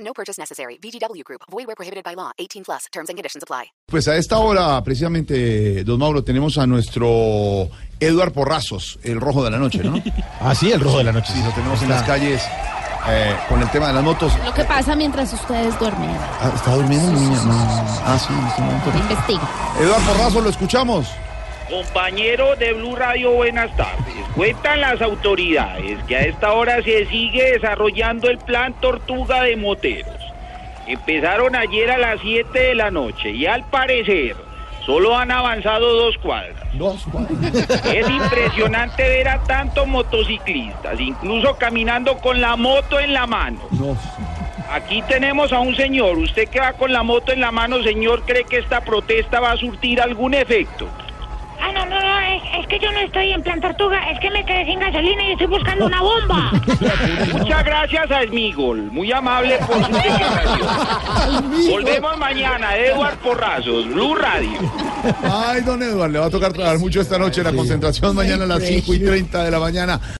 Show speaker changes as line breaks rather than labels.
No purchase necessary. VGW Group. Void where prohibited by law. 18 plus. Terms and conditions apply.
Pues a esta hora, precisamente, don Mauro, tenemos a nuestro Eduard Porrazos, el rojo de la noche, ¿no?
Ah, sí, el rojo de la noche.
Sí, lo tenemos en las calles eh, con el tema de las motos.
Lo que pasa mientras ustedes duermen.
Ah, ¿Está durmiendo el niño? No. Ah, sí, en este momento.
Investigo.
Eduard Porrazos, lo escuchamos.
Compañero de Blue Radio, buenas tardes. Cuentan las autoridades que a esta hora se sigue desarrollando el plan Tortuga de Moteros. Empezaron ayer a las 7 de la noche y al parecer solo han avanzado dos cuadras.
Dos,
Es impresionante ver a tantos motociclistas, incluso caminando con la moto en la mano.
dos.
Aquí tenemos a un señor, usted que va con la moto en la mano, señor, ¿cree que esta protesta va a surtir algún efecto?
Ah, no, no, no, es, es que yo no estoy en plan tortuga, es que me quedé sin gasolina y estoy buscando una bomba.
Muchas gracias a Smigol, muy amable por su declaración. Volvemos mañana, Edward Porrazos, Blue Radio.
Ay, don Eduard, le va a tocar trabajar mucho esta noche la concentración mañana a las 5 y 30 de la mañana.